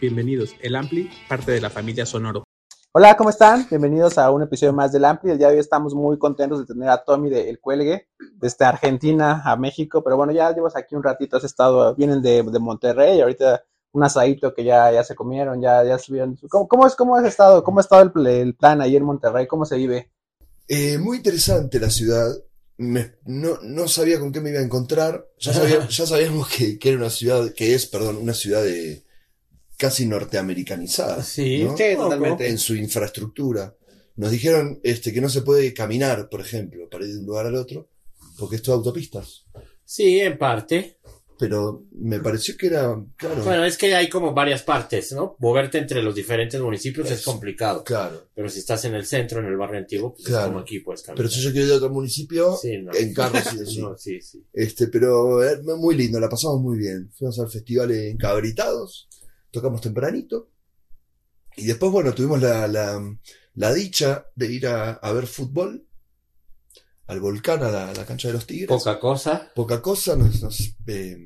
Bienvenidos, el Ampli, parte de la familia Sonoro. Hola, ¿cómo están? Bienvenidos a un episodio más del Ampli. El día de hoy estamos muy contentos de tener a Tommy de El Cuelgue, desde Argentina a México, pero bueno, ya llevas aquí un ratito, has estado, vienen de, de Monterrey, ahorita un asadito que ya, ya se comieron, ya, ya subieron. ¿Cómo, cómo es, ¿Cómo has estado? ¿Cómo ha estado el, el plan ahí en Monterrey? ¿Cómo se vive? Eh, muy interesante la ciudad. Me- no, no sabía con qué me iba a encontrar. Ya, sabía- ya sabíamos que, que era una ciudad, que es, perdón, una ciudad de casi norteamericanizada. Sí, ¿no? sí, En totalmente. su infraestructura. Nos dijeron este, que no se puede caminar, por ejemplo, para ir de un lugar al otro, porque es todo autopistas. Sí, en parte. Pero me pareció que era, claro, Bueno, es que hay como varias partes, ¿no? Moverte entre los diferentes municipios es Es- complicado. claro. Pero si estás en el centro, en el barrio antiguo, pues es Claro. como aquí puedes caminar. Pero si yo quiero ir a otro municipio, Sí, no. en carro sí o sí. No, sí, sí. Este, pero eh, muy lindo, la pasamos muy bien. Fuimos al festival en Cabritados, tocamos tempranito. Y después, bueno, tuvimos la, la- la dicha de ir a, a ver fútbol al volcán, a la, la cancha de los Tigres. Poca cosa. Poca cosa nos. nos, eh,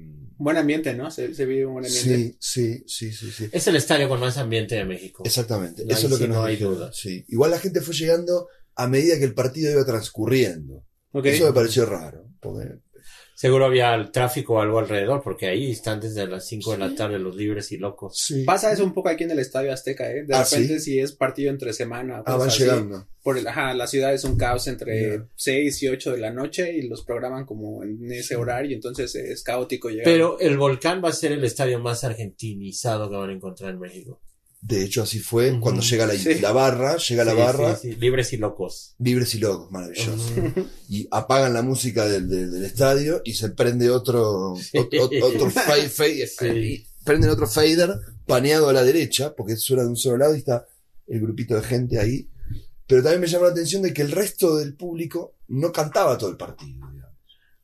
Buen ambiente, ¿no? Se, se vive un buen ambiente. sí, sí, sí, sí, sí. Es el estadio con más ambiente de México. Exactamente. Ahí Eso es lo sí que nos no hay dijeron, duda. sí. Igual la gente fue llegando a medida que el partido iba transcurriendo. Ok. Eso me pareció raro. Porque, Seguro había el tráfico o algo alrededor, porque ahí están desde las 5 de la tarde los libres y locos. sí. Pasa eso un poco aquí en el Estadio Azteca, ¿eh? De Ah, repente si es partido entre semana. Ah, cosas van así, llegando. Por el, ajá, la ciudad es un caos entre Ya. 6 y 8 de la noche y los programan como en ese horario, entonces es caótico llegar. Pero el volcán va a ser el estadio más argentinizado que van a encontrar en México. De hecho, así fue. Ujú, Cuando llega la, sí. la barra, llega la Sí, barra, sí, sí, Libres y locos. libres y locos, maravilloso. Ujú. Y apagan la música del, del- del estadio y se prende otro, Sí. ot- ot- otro fade, fade- Sí. y prenden otro fader paneado a la derecha, porque suena de un solo lado y está el grupito de gente ahí. Pero también me llamó la atención de que el resto del público no cantaba todo el partido. digamos.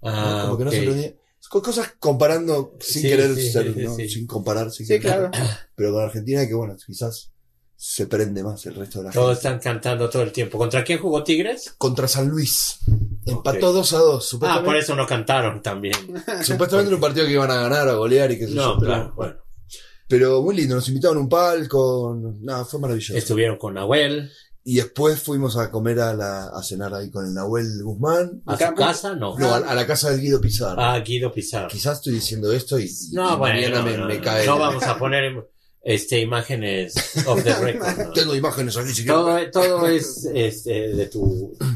Ah, Como que no ok. se reunía. Co- Cosas comparando sin Sí, querer sí, ser, sí, ¿no? sí. sin comparar, sin Sí, claro. querer. Pero con Argentina que bueno, quizás se prende más el resto de la gente. Todos están cantando todo el tiempo. ¿Contra quién jugó Tigres? Contra San Luis. Empató Ok. 2 a 2. Ah, por Supuestamente, eso no cantaron también. supuestamente era un partido que iban a ganar, a golear y qué sé yo. No, pero- claro, bueno. Pero muy lindo, nos invitaron a un palco. Nada, fue maravilloso. Estuvieron con Nahuel. Y después fuimos a comer a, la, a cenar ahí con el Nahuel Guzmán. ¿A su Campo. casa? No. No, a, a la casa de Guido Pizarro. A Guido Pizarro. Quizás estoy diciendo esto y, y- No, y bueno. mañana me, no, me no, cae. no vamos a poner este, imágenes off the record. ¿no? Tengo imágenes aquí, si quiero. Todo, todo es este, de tu.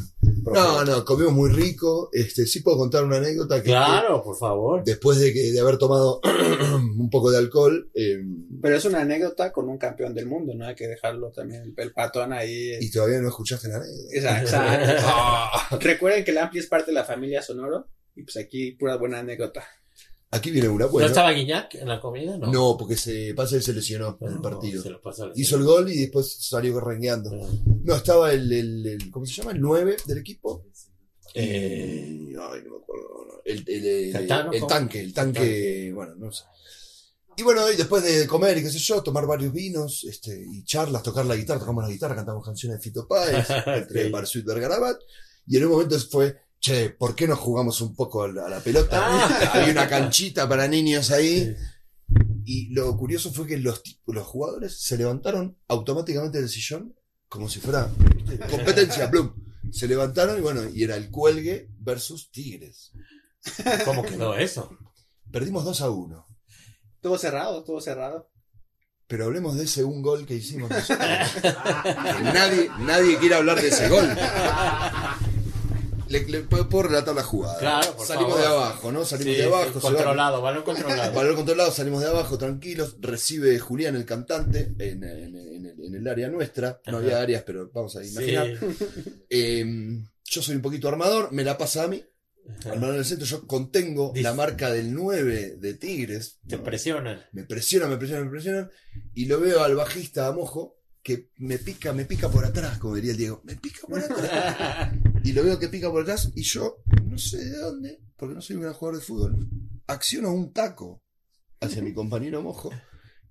No, no, comimos muy rico. Este, sí puedo contar una anécdota que, que Claro, por favor. después de, que, de haber tomado un poco de alcohol, eh, Pero es una anécdota con un campeón del mundo, ¿no? Hay que dejarlo también, el, el patón ahí. y todavía no escuchaste la anécdota. Esa- esa- Recuerden que el Ampli es parte de la familia Sonoro y pues aquí pura buena anécdota. Aquí viene una ¿No buena. estaba Guiñac en la comida? No. Ah, No, porque se pasa y se lesionó en el No, partido. se lo pasa al- Hizo el gol y después salió rengueando. No, estaba el, el, el- ¿cómo se llama? El 9 del equipo. Eh, Y- ay, no me acuerdo. no. El, el- el- Catano, el ¿cómo? tanque, el tanque, bueno, no sé. Y bueno, y después de comer y qué sé yo, tomar varios vinos, este, y charlas, tocar la guitarra, tocamos la guitarra, cantamos canciones de Fito Páez, entre Ok. Barsuit Vergarabat, y en un momento fue, che, ¿por qué no jugamos un poco a la, a la pelota? Ah. Hay una canchita para niños ahí. Sí. Y lo curioso fue que los, tip- los jugadores se levantaron automáticamente del sillón como si fuera ¿viste? competencia, plum. Se levantaron y bueno, y era el cuelgue versus Tigres. ¿Cómo quedó eso? Perdimos 2 a 1. Todo cerrado, todo cerrado. Pero hablemos de ese un gol que hicimos nosotros. Que nadie, nadie quiere hablar de ese gol. Le, le- ¿puedo, puedo relatar la jugada. Claro, por Salimos favor. de abajo, ¿no? Salimos Sí, de abajo. sí, se va- controlado, balón controlado. Valor controlado, salimos de abajo, tranquilos. Recibe Julián, el cantante, en, en- en el, en el área nuestra. No Ajá. había áreas, pero vamos a Sí. imaginar. Eh, yo soy un poquito armador, me la pasa a mí. Armador en el centro, yo contengo Dice- la marca del 9 de Tigres. Te ¿no? presionan. Me presionan, me presionan, me presionan. Y lo veo al bajista, a Mojo, que me pica, me pica por atrás, como diría el Diego. Me pica por atrás. Y lo veo que pica por atrás y yo, no sé de dónde, porque no soy un gran jugador de fútbol, acciono un taco hacia mi compañero Mojo.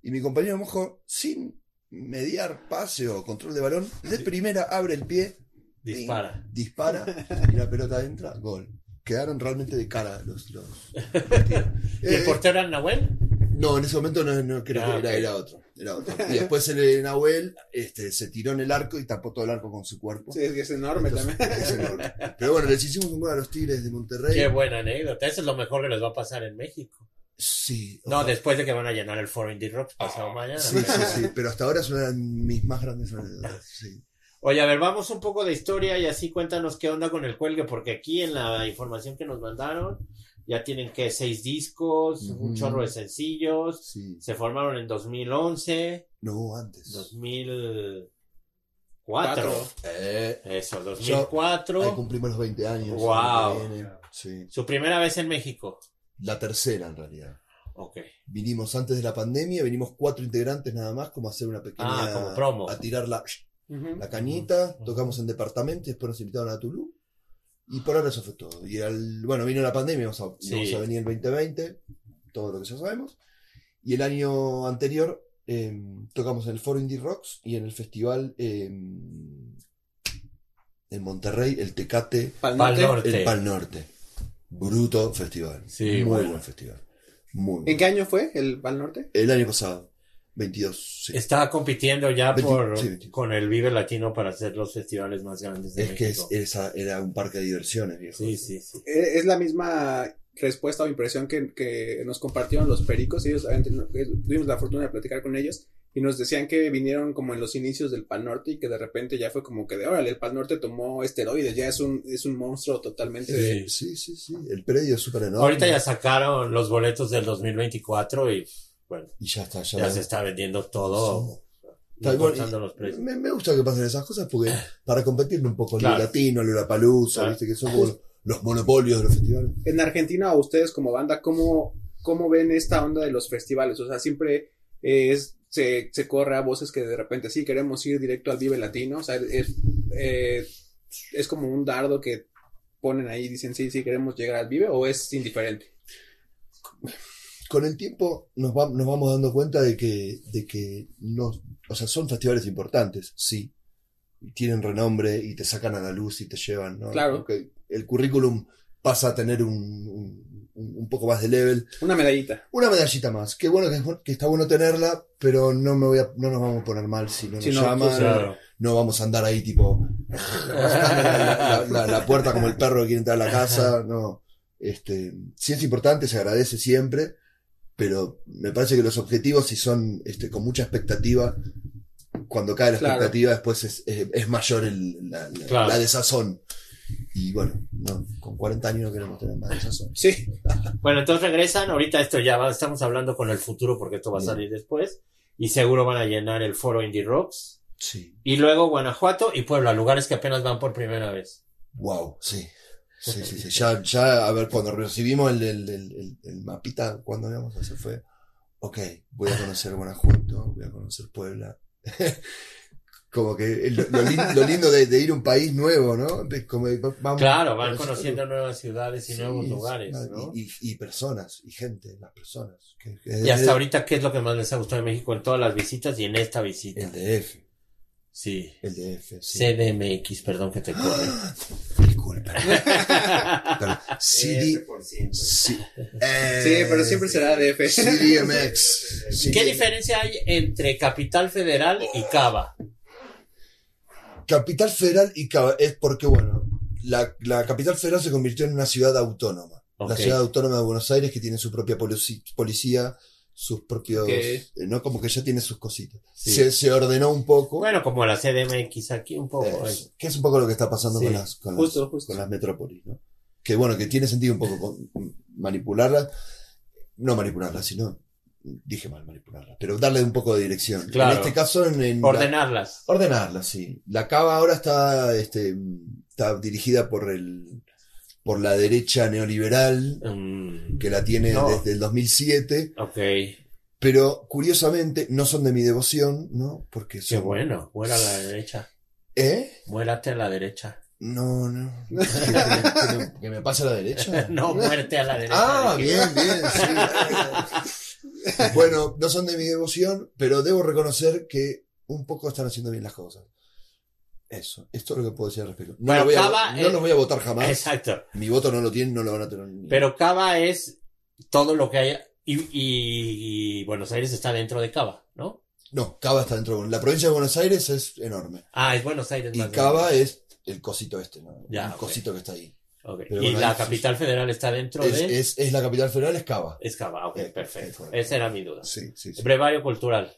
Y mi compañero Mojo, sin mediar pase o control de balón, de primera abre el pie, Dispara. dispara y la pelota entra, gol. Quedaron realmente de cara los... los, los tíos. ¿Y el Eh, portero era Nahuel? no, en ese momento no, no creo Ah, que era, ok. era otro. Era otro. Y después el Nahuel este, se tiró en el arco y tapó todo el arco con su cuerpo. Sí, es que es enorme Entonces, también. es enorme. Pero bueno, les hicimos un gol a los Tigres de Monterrey. Qué buena anécdota. Eso es lo mejor que les va a pasar en México. Sí. No, ojalá. después de que van a llenar el foro Indie Rocks pasado mañana. Ah, Sí, sí, sí. Pero hasta ahora son mis más grandes anécdotas. Sí. Oye, a ver, vamos un poco de historia y así cuéntanos qué onda con el cuelgue, porque aquí en la información que nos mandaron ya tienen que seis discos, un Ujú. chorro de sencillos. sí. Se formaron en 2011, No, antes. 2004. Cuatro. Eh, Eso, ahí 2004. cumplimos los 20 años. Guau. el año que viene. Sí. Su primera vez en México. La tercera, en realidad. Ok. Vinimos antes de la pandemia, vinimos cuatro integrantes nada más, como a hacer una pequeña. Ah, como promo. A tirar la, Ujú. la cañita, tocamos en departamentos, después nos invitaron a Tulum. Y por ahora eso fue todo. Y al, bueno, vino la pandemia, vamos a, Sí. vamos a venir el 2020, todo lo que ya sabemos. Y el año anterior eh, tocamos en el Foro Indie Rocks y en el festival eh, en Monterrey, el Tecate, Pal Pal Norte. Norte. el Pal Norte. Bruto festival. Sí, Muy bueno. buen festival. Muy ¿En bueno. qué año fue el Pal Norte? El año pasado, 22. sí. Está compitiendo ya 20, por, sí, 20. con el Vive Latino para hacer los festivales más grandes de Es que es- México. esa era un parque de diversiones, viejo. Sí, sí, sí. Eh, Es la misma respuesta o impresión que, que nos compartieron los pericos. Ellos habían tenido- eh, tuvimos la fortuna de platicar con ellos y nos decían que vinieron como en los inicios del Pal Norte y que de repente ya fue como que de órale, el Pal Norte tomó esteroides, ya es un, es un monstruo totalmente. Sí. Sí, sí, sí. El predio es súper enorme. Eh, Ahorita ya sacaron los boletos del 2024 y bueno, Y ya está, ya, ya la- se está vendiendo todo. Tal cual, Cortando y- los precios. Eh. me, me gusta que pasen esas cosas porque para competir un poco Claro. el latino, el palusa, Claro. viste que son como los, los monopolios de los festivales. En Argentina, o ustedes como banda, ¿cómo, cómo ven esta onda de los festivales? O sea, siempre eh, es, se, se corre a voces que de repente sí queremos ir directo al Vive Latino. O sea, es, eh, es como un dardo que ponen ahí y dicen sí, sí queremos llegar al Vive, o es indiferente. Con el tiempo nos, va- nos vamos dando cuenta de que, de que no, o sea, son festivales importantes, sí. Y Tienen renombre y te sacan a la luz y te llevan, ¿no? Claro. Como que el currículum pasa a tener un, un- un- un poco más de level. Una medallita. Una medallita más. Qué bueno que, es bu- que está bueno tenerla, pero no me voy a, no nos vamos a poner mal si no nos Si no, llaman. pues, Claro. No vamos a andar ahí tipo rascando la, la- la- la puerta como el perro que quiere entrar a la casa. No. Este, sí es importante, se agradece siempre, pero me parece que los objetivos, si son este, con mucha expectativa, cuando cae la Claro. expectativa, después es, es- es mayor el- la, la- Claro. la desazón. Y bueno, no, con 40 años no queremos tener más desazón. Sí, Bueno, entonces regresan. Ahorita esto ya va, estamos hablando con el futuro porque esto va a Bien. salir después. Y seguro van a llenar el foro Indie Rocks. Sí. Y luego Guanajuato y Puebla, lugares que apenas van por primera vez. Wow, sí. Sí, sí, sí. Ya, ya, a ver, cuando recibimos el, el, el, el- el mapita, cuando íbamos a hacer fue, ok, voy a conocer Guanajuato, voy a conocer Puebla. Como que el- lo, lin- lo lindo de, de ir a un país nuevo, ¿no? De- como de- vamos- Claro, van vamos- conociendo nuevas ciudades y Ah, pues, Sí, nuevos sí, lugares, claro, ¿no? Y, y- y personas, y gente, las personas. que- que- Y hasta ahorita, ¿qué es lo que más les ha gustado de México en todas las visitas y en esta visita? El DF, Sí. el DF, sí. CDMX, perdón que te corra. Disculpen. Eh, Perdón. CD, sí. Eh, sí, pero siempre será DF. CDMX. ¿Qué diferencia hay entre Capital Federal y Cava? Capital Federal y Cava- es porque, bueno, la, la Capital Federal se convirtió en una ciudad autónoma. La Ok. ciudad autónoma de Buenos Aires que tiene su propia polici- policía, sus propios... Ok. eh, ¿No? Como que ya tiene sus cositas. Sí. Se, se ordenó un poco. Bueno, como la CDMX aquí un eh, poco. eh. que es un poco lo que está pasando Sí. con, las, con, las- Justo, justo. con las metrópolis, ¿no? Que bueno, que tiene sentido un poco con- manipularla. No manipularla, sino... Dije mal manipularla, pero darle un poco de dirección. Claro. En este caso, en... en la- eh, Ordenarlas. Ordenarla, sí. La cava ahora está, este, está dirigida por el por la derecha neoliberal Mm, que la tiene No. desde el 2007, ok, pero curiosamente no son de mi devoción, ¿no? Porque qué son- bueno. Muera a la derecha. ¿Eh? Muérate a la derecha. No, no. ¿Que, que- que me- que me pase a la derecha? No, muerte a la derecha. Ah, Dije, bien, bien, sí. bueno, no son de mi devoción, pero debo reconocer que un poco están haciendo bien las cosas. Eso, esto es lo que puedo decir al respecto. No, Bueno, lo voy, a, Cava, no eh, los voy a votar jamás. Exacto. Mi voto no lo tienen, no lo van a tener. ni- Pero Cava es todo lo que hay. Y, y- y Buenos Aires está dentro de Cava, ¿no? No, Cava está dentro de Buenos La provincia de Buenos Aires es enorme. Ah, es Buenos Aires. Y más bien. Cava es el cosito este, ¿no? Ya, el ok. cosito que está ahí. Ok. Pero Y bueno, la ahí sí. capital federal está dentro Es, de... es- es la capital federal, es Cava. Es Cava, ok, Eh, eh, perfecto. correcto. Esa era mi duda. Sí, sí, sí. Brevario cultural.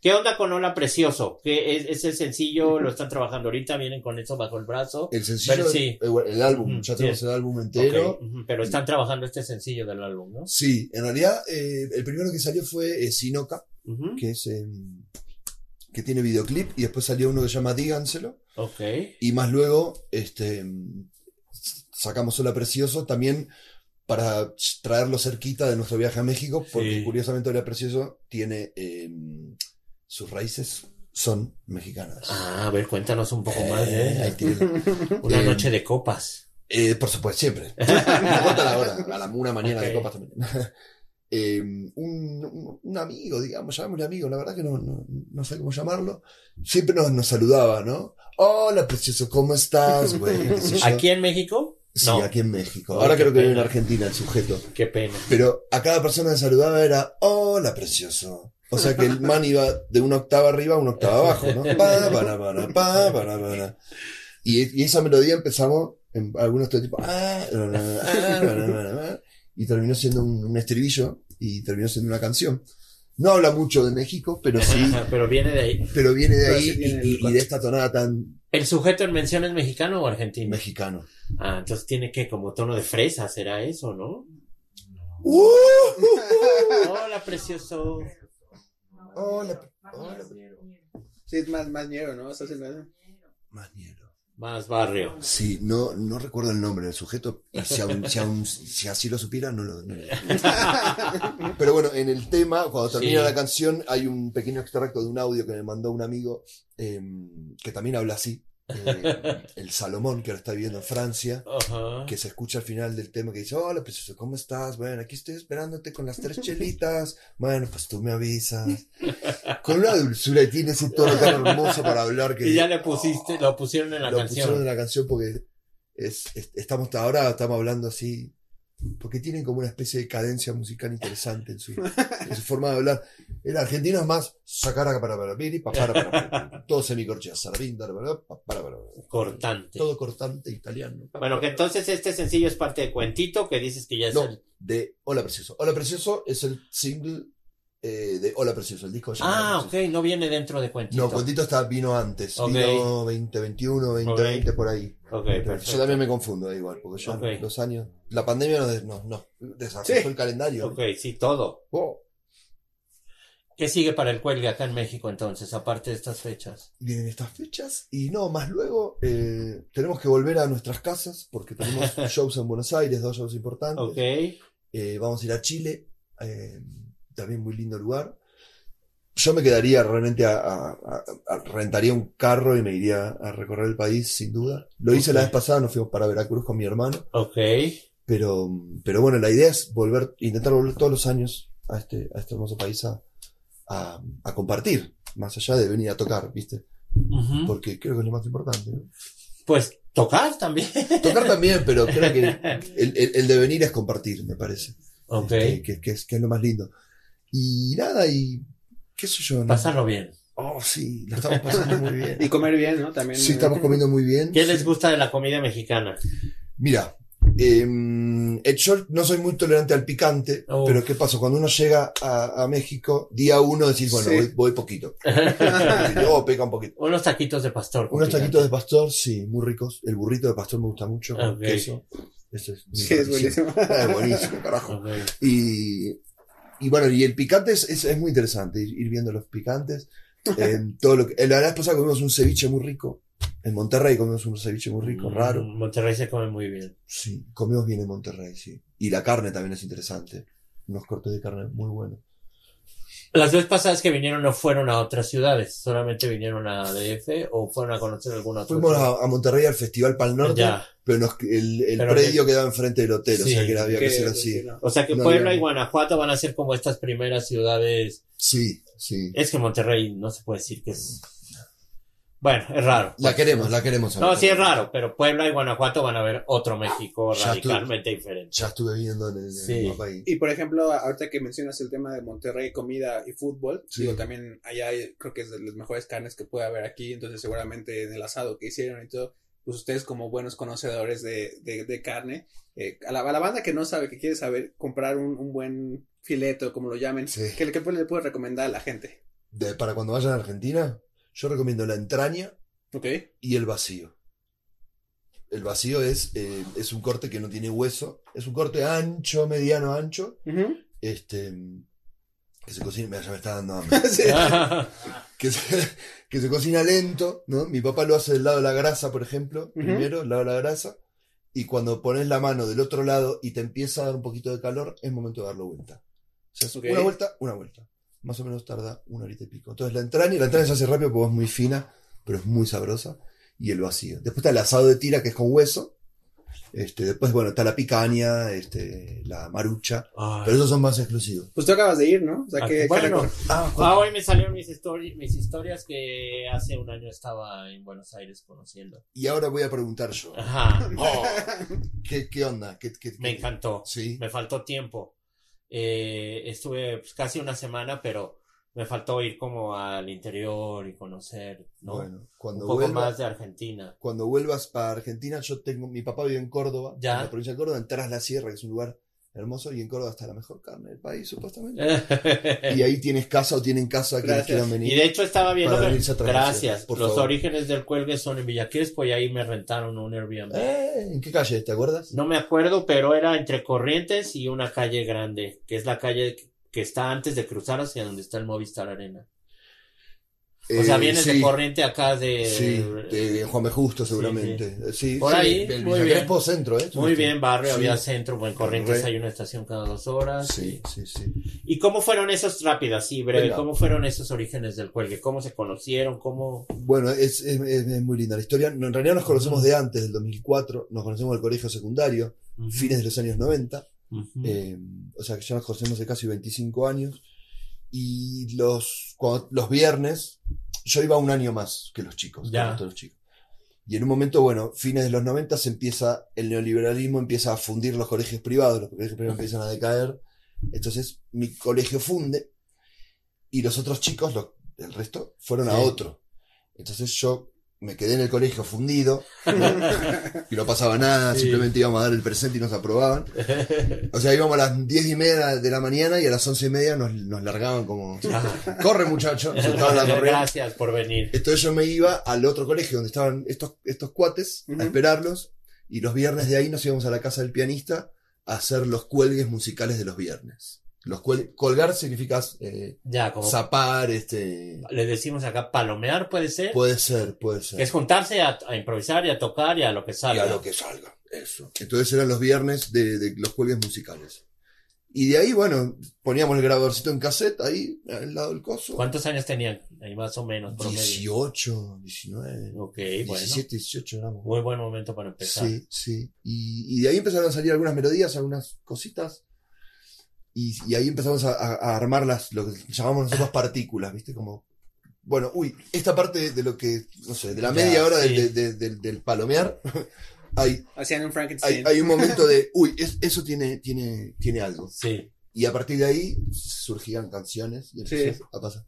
¿Qué onda con Hola Precioso? Que es, es el sencillo, lo están trabajando ahorita, vienen con eso bajo el brazo. El sencillo, Pero sí. eh, bueno, el álbum, Ujú, ya tenemos sí. el álbum entero. Ok, ujú, pero están trabajando este sencillo del álbum, ¿no? Sí, en realidad eh, el primero que salió fue eh, Sinoca, Ujú, que es em, que tiene videoclip, y después salió uno que se llama Díganselo, Ok. y más luego este, em, sacamos Hola Precioso también para traerlo cerquita de nuestro viaje a México, porque Sí. curiosamente Hola Precioso tiene em, sus raíces son mexicanas. Ah, a ver, cuéntanos un poco más Eh, ahí de tiene- una Eh, noche de copas. Eh, por supuesto, siempre. Me cuenta la hora, a la una mañana de Ok. copas también. Eh, un, un- un amigo, digamos, llamémosle amigo, la verdad que no, no, no sé cómo llamarlo. Siempre nos, nos saludaba, ¿no? Hola, precioso, ¿cómo estás, güey? Qué sé yo. ¿Aquí en México? Sí, no. aquí en México. Ay, Ahora qué creo que vive en pena. Argentina el sujeto. Qué pena. Pero a cada persona que saludaba era, hola, precioso. O sea que el man iba de una octava arriba a una octava abajo, ¿no? Pa, para, para, pa, para, para. Y, y esa melodía empezamos, en algunos todo tipo, ah, na, na, na, ah, na, na, na, na, y terminó siendo un, un estribillo y terminó siendo una canción. No habla mucho de México, pero sí, Ajá, Pero viene de ahí. pero viene de Pero ahí sí viene y- y, del- y de esta tonada tan ¿El sujeto en mención es mexicano o argentino? mexicano. Ah, entonces tiene que como tono de fresa, será eso, ¿no? ¡Uh! Hola, precioso. Hola, pre- hola, pre- Sí, es más, más ñero, ¿no? O sea, se me- Maniero. Más barrio. Sí, no, no recuerdo el nombre del sujeto. Y si, aún- si aún- si así lo supiera, no lo. no lo- Pero bueno, en el tema, cuando termina Sí. la canción, hay un pequeño extracto de un audio que me mandó un amigo eh, que también habla así. eh, el Salomón, que ahora está viviendo en Francia, Ajá. que se escucha al final del tema que dice: Hola, precioso, ¿cómo estás? Bueno, aquí estoy esperándote con las tres chelitas. Bueno, pues tú me avisas. Con una dulzura y tiene ese tono tan hermoso para hablar que. Y ya le pusiste, lo pusieron en la lo pusieron en canción. la canción porque es, es- estamos hasta ahora estamos hablando así porque tienen como una especie de cadencia musical interesante en su, en su forma de hablar. El argentino es más sacar a para para piri, pa, para para para, todo semicorchea, sarabinda, para, para, pa, para, para, para. Cortante. todo cortante italiano. Bueno, que entonces este sencillo es parte de Cuentito, que dices que ya es No, el... de Hola Precioso. Hola Precioso es el single eh, de Hola Precioso, el disco se llama Hola Ah, Precioso. ok, no viene dentro de Cuentito. No, Cuentito está, vino antes, Ok. vino 2021, 2020, por ahí. Ok, Yo perfecto. también me confundo, da igual, porque yo Ok. los años. La pandemia nos, des- nos, nos desafió Sí. el calendario. Ok, sí, todo. Oh, ¿Qué sigue para el cuelgue acá en México entonces, aparte de estas fechas? vienen estas fechas y no, más luego eh, tenemos que volver a nuestras casas porque tenemos shows en Buenos Aires, dos shows importantes. Ok. Eh, vamos a ir a Chile, eh, también muy lindo lugar. Yo me quedaría realmente a, a- a- a- rentaría un carro y me iría a recorrer el país, sin duda. Lo hice Ok. la vez pasada, nos fuimos para Veracruz con mi hermano. Ok. Pero, pero bueno, la idea es volver, intentar volver todos los años a este, a este hermoso país a, a- a compartir, más allá de venir a tocar, ¿viste? Ujú. Porque creo que es lo más importante. ¿no? Pues tocar también. Tocar también, pero creo que el, el, el devenir es compartir, me parece. Ok. Este, que, que es, que es lo más lindo. Y nada, y qué sé yo. ¿no? Pasarlo bien. Oh, sí, la estamos pasando muy bien. Y comer bien, ¿no? También. Sí, estamos comiendo muy bien. ¿Qué les gusta de la comida mexicana? Mira, eh, yo no soy muy tolerante al picante, Oh. pero ¿qué pasa? Cuando uno llega a, a México, día uno decís, bueno, Sí. voy, voy poquito. oh, pica un poquito. Unos taquitos de pastor. con Unos picante. taquitos de pastor, sí, muy ricos. El burrito de pastor me gusta mucho. con Ok. Queso. Eso es, Sí, es buenísimo. Ah, es buenísimo, carajo. Ok. Y, y bueno, y el picante es, es, es muy interesante, ir, ir viendo los picantes. En todo lo que, eh, la vez pasada comimos un ceviche muy rico. En Monterrey comimos un ceviche muy rico, raro. Mm, Monterrey se come muy bien. Sí, comemos bien en Monterrey, sí. Y la carne también es interesante. Unos cortes de carne muy buenos. Las veces pasadas que vinieron no fueron a otras ciudades, solamente vinieron a DF o fueron a conocer alguna otra. Fuimos ciudad. a, a Monterrey al Festival Pal Norte, Ya. pero nos- el, el Pero predio quedaba enfrente del hotel, o Sí, sea que había que Sí, ser sí, así. no. O sea que No, Puebla y digamos. Guanajuato van a ser como estas primeras ciudades. Sí, sí. Es que Monterrey no se puede decir que es Bueno, es raro. La queremos, la queremos. No, sí es raro, pero Puebla y Guanajuato van a ver otro México Ya tú- radicalmente diferente. Ya estuve viendo en el Sí. mapa ahí. Y por ejemplo, ahorita que mencionas el tema de Monterrey, comida y fútbol, Sí. digo, también allá hay- creo que es de las mejores carnes que puede haber aquí, entonces seguramente en el asado que hicieron y todo, pues ustedes como buenos conocedores de, de, de carne, eh, a, la, a la banda que no sabe, que quiere saber, comprar un, un buen fileto, como lo llamen, Sí. ¿qué, le- qué le puedes recomendar a la gente? De- para cuando vayan a Argentina, yo recomiendo la entraña ¿Ok? y el vacío. El vacío es, eh, es un corte que no tiene hueso, es un corte ancho, mediano, ancho, Ujú. este, que se cocina, mira, ya me está dando hambre. Sí. que se, que se cocina lento, ¿no? Mi papá lo hace del lado de la grasa, por ejemplo, primero, el lado de la grasa, y cuando pones la mano del otro lado y te empieza a dar un poquito de calor, es momento de darlo vuelta. O sea, es Ok. una vuelta, una vuelta. Más o menos tarda una horita y pico. Entonces la entraña, la entraña se hace rápido porque es muy fina, pero es muy sabrosa, y el vacío. Después está el asado de tira, que es con hueso. Este, después, bueno, está la picaña, este, la marucha, Ay. pero esos son más exclusivos. Pues tú acabas de ir, ¿no? O sea, Ah, que, bueno. Ah, Ah, hoy me salieron mis, histori- mis historias que hace un año estaba en Buenos Aires conociendo. y ahora voy a preguntar yo. Ajá. Oh, ¿Qué, qué onda? ¿Qué, qué- me qué- encantó. Sí. Me faltó tiempo. Eh, estuve pues, casi una semana, pero me faltó ir como al interior y conocer, ¿no? Bueno, un cuando poco más vuelvas, de Argentina. cuando vuelvas para Argentina, yo tengo, mi papá vive en Córdoba, Ya. en la provincia de Córdoba, en Tras la Sierra, que es un lugar hermoso, y en Córdoba está la mejor carne del país, Eh, supuestamente. y Y ahí tienes casa o tienen casa que Gracias. quieran venir. de hecho estaba viendo... Para que- venirse a traer, Gracias. por Los favor. orígenes del cuelgue son en Villa Crespo y ahí me rentaron un Airbnb. Eh, ¿En qué calle? ¿Te acuerdas? No me acuerdo, pero era entre Corrientes y una calle grande, que es la calle que está antes de cruzar hacia donde está el Movistar Arena. O sea, Eh, vienes sí, de Corriente acá de... eh, Sí, de Juan B. Justo, seguramente. Eh, Sí, Por sí, ahí, el muy Villa bien. Crespo Centro, ¿eh? Muy bien, barrio, Sí. había centro, bueno, en Corrientes Re. hay una estación cada dos horas. Sí, sí, sí. ¿Y cómo fueron esos rápidas, sí, breve? Venga. ¿Cómo fueron esos orígenes del cuelgue? ¿Cómo se conocieron? ¿Cómo...? Bueno, es, es- es- es muy linda la historia. No, En realidad nos conocemos de antes, del 2004. Nos conocemos del colegio secundario, fines de los años 90. Ujú. Eh, o sea, que ya nos conocemos de casi 25 años. Y los, cuando- los viernes, yo iba un año más que los chicos. que Ya. el resto de los chicos. Y en un momento, bueno, fines de los 90 se empieza, el neoliberalismo empieza a fundir los colegios privados, los colegios privados empiezan a decaer. Entonces, mi colegio funde y los otros chicos, los- el resto, fueron a Sí. otro. Entonces yo me quedé en el colegio fundido y no pasaba nada, Sí. simplemente íbamos a dar el presente y nos aprobaban. O sea, íbamos a las 10 y media de la mañana y a las 11 y media nos, nos largaban como, Ah. corre muchacho, nos soltaban la correa. Gracias por venir. Entonces yo me iba al otro colegio donde estaban estos, estos cuates Ujú. a esperarlos y los viernes de ahí nos íbamos a la casa del pianista a hacer los cuelgues musicales de los viernes. Los cuel- colgar significa eh, Ya, como... zapar, este... Le decimos acá, palomear puede ser. Puede ser, puede ser. Que es juntarse a, a improvisar y a tocar y a lo que y salga. a lo que salga. Eso. Entonces eran los viernes de, de los cuelgues musicales. Y de ahí, bueno, poníamos el grabadorcito en cassette ahí, al lado del coso. ¿Cuántos años tenían? Ahí más o menos, promedio. 18, 19, Ok, bueno. 17, 18 éramos. Muy buen momento para empezar. Sí, sí. Y, y de ahí empezaron a salir algunas melodías, algunas cositas. Y, y ahí empezamos a, a- a armar las, lo que llamamos nosotros partículas, ¿viste? Como, bueno, uy, esta parte de lo que, no sé, de la Ya, media hora sí. del, del- del- del palomear, hay, Hacían un hay, Frankenstein. hay un momento de, uy, es- eso tiene, tiene, tiene algo. Sí. Y a partir de ahí surgían canciones y Sí. empezó a pasar.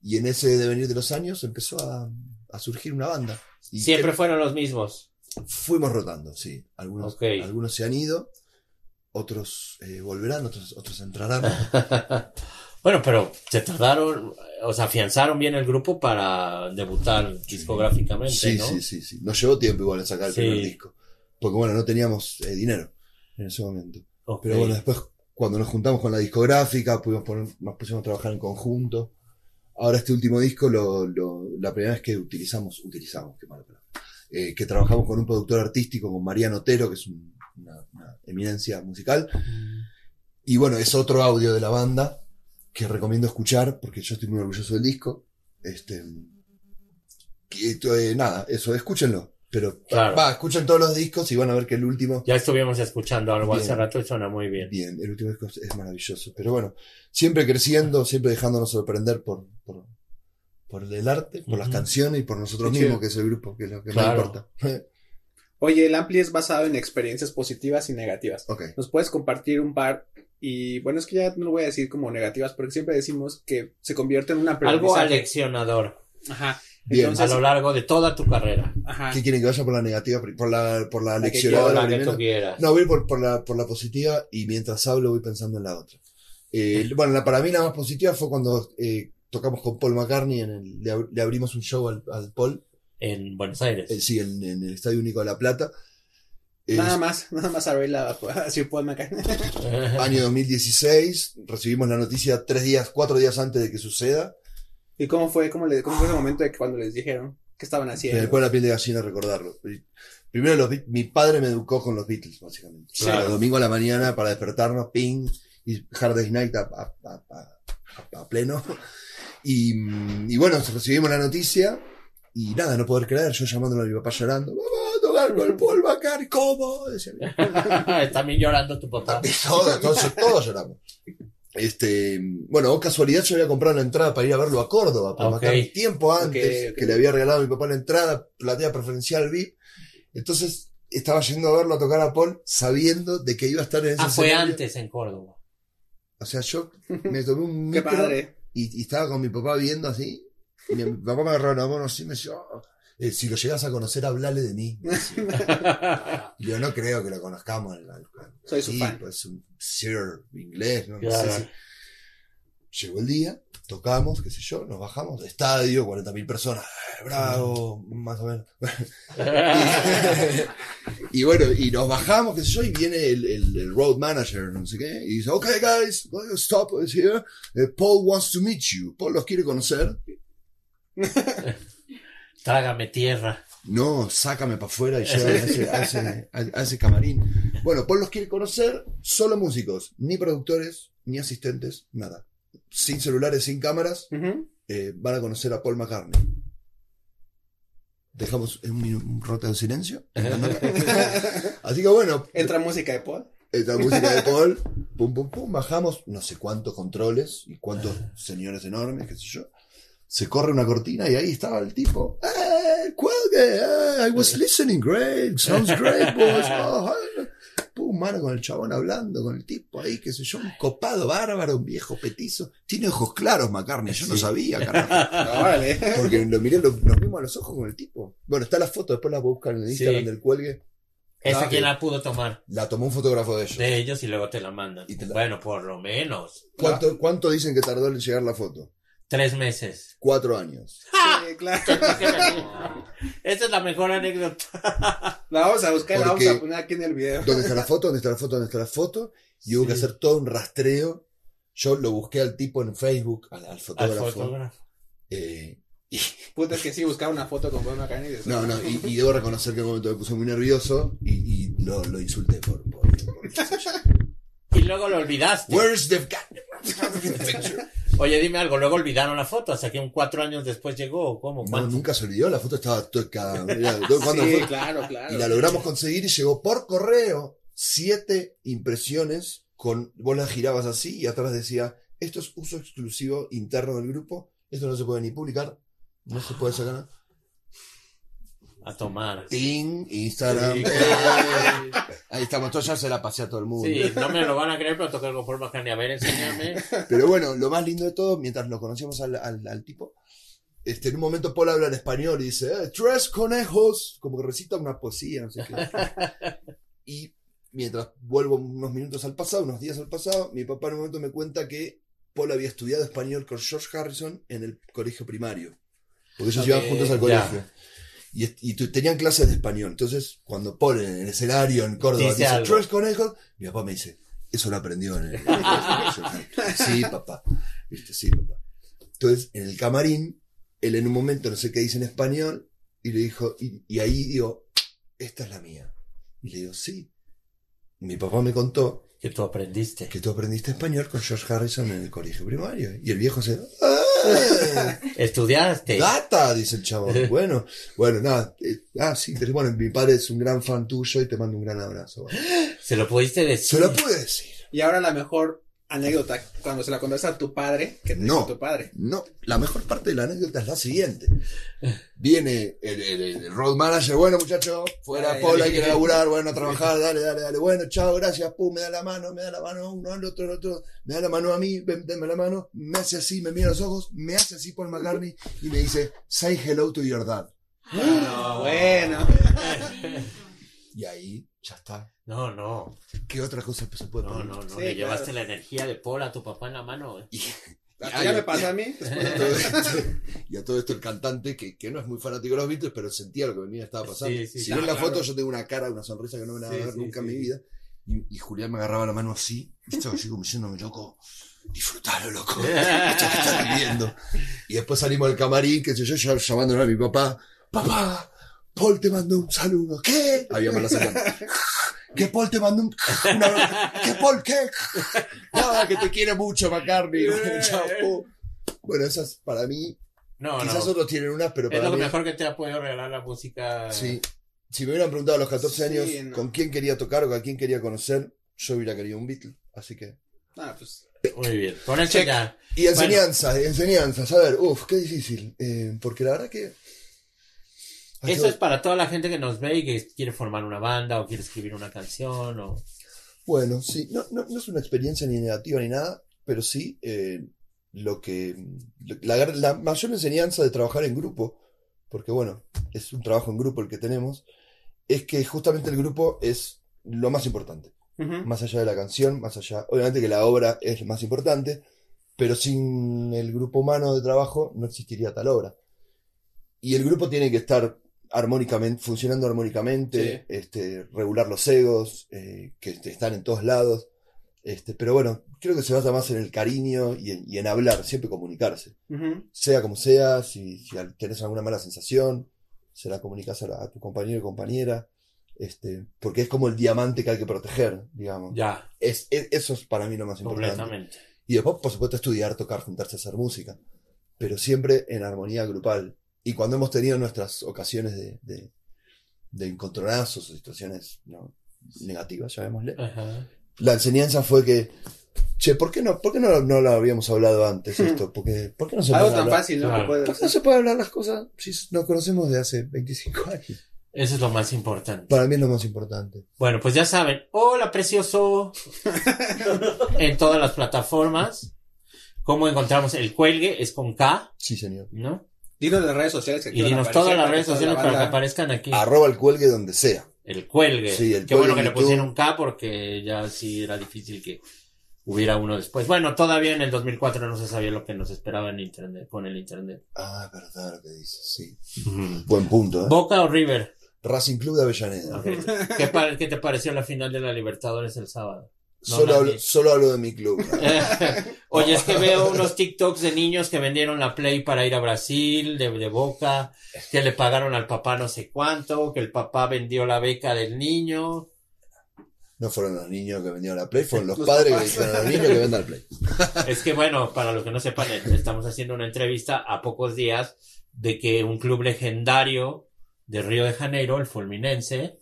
Y en ese devenir de los años empezó a, a surgir una banda. Y eh, Siempre fueron los mismos. Fuimos rotando, sí. Algunos, Ok. algunos se han ido, otros eh, volverán, otros, otros entrarán. bueno, pero se tardaron, o sea, afianzaron bien el grupo para debutar discográficamente, sí, ¿no? sí, sí, sí. Nos llevó tiempo igual en sacar el Sí. primer disco. Porque bueno, no teníamos eh, dinero en ese momento. Ok. Pero bueno, después cuando nos juntamos con la discográfica, pudimos poner- nos pusimos a trabajar en conjunto. Ahora este último disco, lo, lo- la primera vez que utilizamos, utilizamos, qué mala palabra, eh, que trabajamos con un productor artístico, con Mariano Otero, que es un- una, una eminencia musical. Y bueno, es otro audio de la banda que recomiendo escuchar porque yo estoy muy orgulloso del disco. Este, que, eh, nada, eso, escúchenlo. Pero Claro. va, escuchen todos los discos y van a ver que el último Ya estuvimos escuchando algo hace Bien. rato y suena muy bien. Bien, el último disco es- es maravilloso. Pero bueno, siempre creciendo, siempre dejándonos sorprender por, por, por el arte, por las Ujú. canciones y por nosotros Sí, mismos, sí. que es el grupo, que es lo que Claro. más importa. Oye, el Ampli es basado en experiencias positivas y negativas. ok. ¿Nos puedes compartir un par? Y bueno, es que ya no lo voy a decir como negativas, porque siempre decimos que se convierte en una Algo aprendizaje. aleccionador Ajá. Bien. a Entonces, lo largo de toda tu carrera. ajá. ¿Qué quieren que vaya por la negativa? pri- Por la, por la La que, leccionadora la que primero. tú quieras. No, voy por, por, la, por la positiva y mientras hablo voy pensando en la otra. Eh, bueno, la, para mí la más positiva fue cuando eh, tocamos con Paul McCartney, en el- le, ab- le abrimos un show al, al Paul, En Buenos Aires. eh, sí, en, en el Estadio Único de La Plata, Eh, Nada más, nada más arregla así puedo marcar. año 2016, recibimos la noticia tres días, cuatro días antes de que suceda, ¿Y cómo fue? ¿Cómo, le, cómo fue ese momento de que cuando les dijeron que estaban me haciendo? pone la piel de gallina recordarlo. Y Primero, los Beat- mi padre me educó con los Beatles, básicamente. Claro. Era domingo a la mañana para despertarnos, ping, y Hard Day's Night a, a- a- a- a- a pleno. Y, mm, y bueno, recibimos la noticia y nada, no poder creer, yo llamándolo a mi papá llorando, vamos a tocar con el Paul McCartney, ¿cómo? Decía mi También llorando tu papá. todos, todos, todos lloramos. Este, bueno, o casualidad yo había comprado una entrada para ir a verlo a Córdoba, por Ok. Macarena, tiempo antes, ok. que le había regalado a mi papá la entrada, platea preferencial VIP. Entonces, estaba yendo a verlo a tocar a Paul sabiendo de que iba a estar en ese Ah, fue escenario. antes en Córdoba. O sea, yo me tomé un Qué micro padre. y, y estaba con mi papá viendo así. y mi papá me agarró la mano así y me decía, "Oh, eh, si lo llegas a conocer, hablale de mí. Y Yo no creo que lo conozcamos. al- al- al- Soy su sí, fan. pues, un sir inglés, ¿no? No sé Claro. si- Llegó el día, tocamos, qué sé yo, nos bajamos, estadio, 40.000 personas, eh, bravo, más o menos. y bueno, y nos bajamos, qué sé yo, y viene el, el- el road manager, no sé qué, y dice, ok guys, stop is here, Eh, Paul wants to meet you, Paul los quiere conocer, Trágame tierra. no, sácame para afuera y llévame a ese, a ese- a- a ese camarín. Bueno, Paul los quiere conocer, solo músicos, ni productores, ni asistentes, nada. Sin celulares, sin cámaras, Ujú. eh, van a conocer a Paul McCartney. Dejamos un, minu- un rato de silencio. Así que bueno, Entra música de pod. esta música de Paul, pum, pum, pum, bajamos no sé cuántos controles y cuántos señores enormes, qué sé yo. Se corre una cortina y ahí estaba el tipo. ¡Eh, cuelgue! eh, I was listening, great, sounds great, boys. Oh, eh". Pum, mano con el chabón hablando, con el tipo ahí, qué sé yo, un copado bárbaro, un viejo petizo. Tiene ojos claros, McCartney, yo no sabía, carajo. Ah, Órale. Porque lo miré, lo, lo mismo a los ojos con el tipo. Bueno, está la foto, después la voy a buscar en el Sí. Instagram del cuelgue. Esa Claro. quien la pudo tomar La tomó un fotógrafo de ellos. de ellos y luego te la mandan. Y te la- Bueno, por lo menos. ¿Cuánto, ¿Cuánto dicen que tardó en llegar la foto? Tres meses. Cuatro años. Sí, claro. Esta es la mejor anécdota. La vamos a buscar, la vamos Porque- a poner aquí en el video. ¿Dónde está la foto? ¿Dónde está la foto? ¿Dónde está la foto? Y hubo que hacer todo un rastreo. Yo lo busqué al tipo en Facebook, al, al Al fotógrafo. fotógrafo. Eh, Puta, es que sí, buscar una foto con Paul McCartney. y decir, no, no, y, y debo reconocer que en un momento me puse muy nervioso y, y lo, lo insulté por... por, por- qué sé yo. Y luego lo olvidaste. Where's the goddamn picture? Oye, dime algo. Luego olvidaron la foto. Hasta que un cuatro años después llegó. ¿o ¿Cómo? No, ¿Cuánto? nunca se olvidó, la foto estaba toca. Mira, cuando Sí, fue- claro, claro. Y la logramos conseguir y llegó por correo siete impresiones con vos las girabas así y atrás decía, esto es uso exclusivo interno del grupo, esto no se puede ni publicar, no se puede sacar. nada". A tomar. Sí, Ting, Instagram. Sí. eh, ahí estamos, todos ya se la pasé a todo el mundo. no me lo van a creer, pero tocar con Paul McCartney. A ver, enséñame. Pero bueno, lo más lindo de todo, mientras lo conocíamos al, al- al tipo, este, en un momento Paul habla en español y dice, "Eh, tres conejos, como que recita una poesía, no sé qué. y mientras vuelvo unos minutos al pasado, unos días al pasado, mi papá en un momento me cuenta que Paul había estudiado español con George Harrison en el colegio primario, porque ellos Ok, iban juntos al ya. colegio. Y, est- y tu- tenían clases de español. Entonces, cuando Paul en el escenario en Córdoba Dice dice, algo. tres conejos, mi papá me dice, eso lo aprendió en el. en el- sí, papá. Viste, sí, papá. Entonces, en el camarín, él en un momento no sé qué dice en español, y le dijo, y, y ahí digo, esta es la mía. Y le digo, sí. Mi papá me contó Que tú aprendiste. que tú aprendiste español con George Harrison en el colegio primario. ¿eh? Y el viejo se. "Ah". Estudiaste. Data, dice el chabón. Bueno, bueno, nada. eh, ah, sí, te- bueno, mi padre es un gran fan tuyo y te mando un gran abrazo. Bueno, Se lo pudiste decir. Se lo pude decir. Y ahora la mejor anécdota cuando se la contaste a tu padre, que te No. dijo tu padre. No, la mejor parte de la anécdota es la siguiente. Viene el, el- el road manager, bueno muchachos, fuera Ay, Paula, ay, hay que ay. laburar, bueno, a trabajar, dale, dale, dale, bueno, chao, gracias, pum, me da la mano, me da la mano uno al otro, al otro, me da la mano a mí, ven, denme la mano, me hace así, me mira a los ojos, me hace así Paul McCartney y me dice, say hello to your dad. No, Ah, bueno. Y ahí, ya está. No, no, ¿Qué otra cosa se puede no, poner? no, no. Sí, Le claro. llevaste la energía de Paul a tu papá en la mano. güey. Ah, Ya, ya me pasó a mí. Y a todo esto- y a todo esto el cantante, que, que no es muy fanático de los Beatles, pero sentía lo que venía estaba pasando. Sí, sí, si claro, ven la claro. foto, yo tengo una cara, una sonrisa que no me la van a Sí, ver sí, nunca en sí. mi vida. Y, y Julián me agarraba la mano así, ¿viste? así como diciéndome, loco, disfrutalo, loco. Esto que estás viviendo. Y después salimos al camarín, que sé yo, ya- llamándole a mi papá, papá, Paul te mandó un saludo. ¿Qué? Había malas semanas. Que Paul te mandó un... un abrazo. que Paul, ¿qué? Ah, que te quiere mucho, McCartney. Bueno, chao, Paul. Bueno, esas para mí No, Quizás no. otros tienen una, pero Es para lo mí. mejor que te ha podido regalar la música. Sí. Si me hubieran preguntado a los 14 Sí, años no. con quién quería tocar o a quién quería conocer, yo hubiera querido un Beatle. Así que. Ah, pues, Muy bien. Por eso Check. ya. Y enseñanzas, enseñanzas. A ver, uff, qué difícil. eh, porque la verdad que. Ay, Eso qué- es para toda la gente que nos ve y que quiere formar una banda o quiere escribir una canción o. Bueno, sí. No, no, no es una experiencia ni negativa ni nada, pero sí eh, lo que. lo- La, gar- la mayor enseñanza de trabajar en grupo, porque bueno, es un trabajo en grupo el que tenemos, es que justamente el grupo es lo más importante. más allá de la canción, más allá, obviamente que la obra es lo más importante, pero sin el grupo humano de trabajo no existiría tal obra. Y el grupo tiene que estar armónicamente, funcionando armónicamente, este, regular los egos, eh, que este, están en todos lados. Este, pero bueno, creo que se basa más en el cariño y en, y en hablar, siempre comunicarse. ujú. Sea como sea, si, si al- tenés alguna mala sensación, se la comunicas a, la- a tu compañero y compañera, este, porque es como el diamante que hay que proteger, digamos. Ya, Es, es- eso es para mí lo más importante. completamente. Y después, por supuesto, estudiar, tocar, juntarse a hacer música. Pero siempre en armonía grupal. Y cuando hemos tenido nuestras ocasiones de, de, de encontronazos o situaciones ¿no? negativas, llamémosle, Ajá. la enseñanza fue que, che, ¿por qué no, por qué no, no lo habíamos hablado antes esto? ¿Por qué, por qué no se Hmm. Algo puede tan hablar? fácil, ¿no? Claro. Que puede ¿Por qué no se puede hablar las cosas si nos conocemos de hace 25 años? Eso es lo más importante. Para mí es lo más importante. Bueno, pues ya saben. Hola, precioso. en todas las plataformas. ¿Cómo encontramos el cuelgue? Es con K, Sí, señor. ¿no? Dinos las redes sociales. que Y van a dinos aparecer todas las para redes toda sociales la para que banda- aparezcan aquí. Arroba el cuelgue donde sea. El cuelgue. Sí, el cuelgue Qué bueno que en le YouTube. pusieron K porque ya sí era difícil que hubiera uno después. Bueno, todavía en el 2004 no se sabía lo que nos esperaba en internet, con el internet. Ah, es verdad lo que dices, sí. Buen punto, ¿eh? Boca o River. Racing Club de Avellaneda. Ok. ¿Qué, pa- qué te pareció la final de la Libertadores el sábado? No, solo, nadie. hablo, solo hablo de mi club. Oye, es que veo unos TikToks de niños que vendieron la Play para ir a Brasil, de, de Boca, que le pagaron al papá no sé cuánto, que el papá vendió la beca del niño. No fueron los niños que vendieron la Play, fueron los Los padres que papás. dijeron a los niños que vendan la Play. Es que bueno, para los que no sepan, eh, estamos haciendo una entrevista a pocos días de que un club legendario de Río de Janeiro, el Fulminense,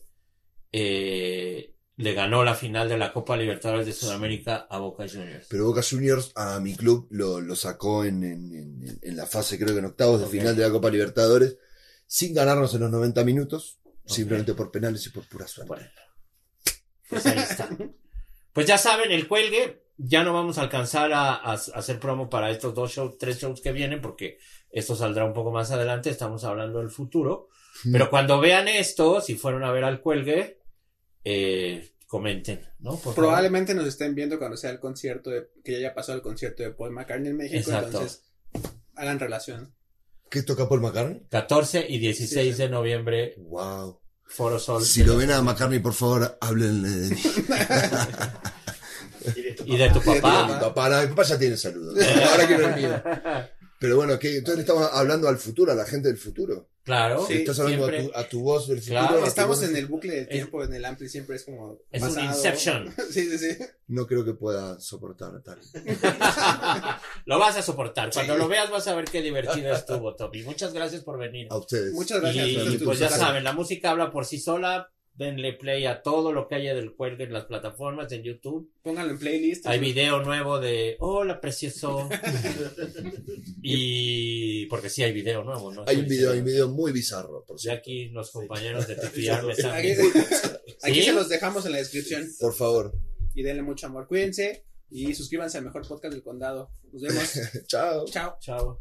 eh, le ganó la final de la Copa Libertadores de Sudamérica a Boca Juniors. Pero Boca Juniors a mi club lo, lo sacó en, en- en- en la fase, creo que en octavos de Ok. final de la Copa Libertadores, sin ganarnos en los 90 minutos, simplemente por penales y por pura suerte. Bueno, pues ahí está. Pues ya saben, el cuelgue, ya no vamos a alcanzar a, a- a hacer promo para estos dos shows, tres shows que vienen, porque esto saldrá un poco más adelante, estamos hablando del futuro. Pero cuando vean esto, si fueron a ver al cuelgue, eh, comenten, ¿no? Por favor. Probablemente nos estén viendo cuando sea el concierto de, que ya haya pasado el concierto de Paul McCartney en México, Exacto. entonces hagan relación. ¿Qué toca Paul McCartney? 14 y 16 Sí, sí. de noviembre, Wow. Foro Sol. Si lo ven a McCartney, por favor, háblenle de mí. Y de tu Y de tu Mi papá. papá, no, mi papá ya tiene saludos. Eh. Ahora quiero el mío. Pero bueno, ¿qué? entonces le estamos hablando al futuro, a la gente del futuro. Claro. Sí, Estás hablando a siempre tu, a tu voz del futuro. Claro, a tu Estamos voz- en el bucle del tiempo, en el ampli siempre es como Es un pasado. Inception. Sí, sí, sí. No creo que pueda soportar tal. Lo vas a soportar. Cuando lo veas vas a ver qué divertido estuvo, Toby. Muchas gracias por venir. A ustedes. Muchas gracias. Y Entonces, pues ya tú- saben, la música habla por sí sola. denle play a todo lo que haya del cuelgue en las plataformas, en YouTube. Pónganlo en playlist. Hay video nuevo de Hola Precioso. y porque sí hay video nuevo, ¿no? Hay un Sí, video, sí. hay un video muy bizarro, por Ya cierto. aquí los compañeros de TPR me están Aquí, viendo. aquí ¿Sí? se los dejamos en la descripción. Por favor. Y denle mucho amor. Cuídense y suscríbanse al mejor podcast del condado. Nos vemos. Chao. Chao. Chao.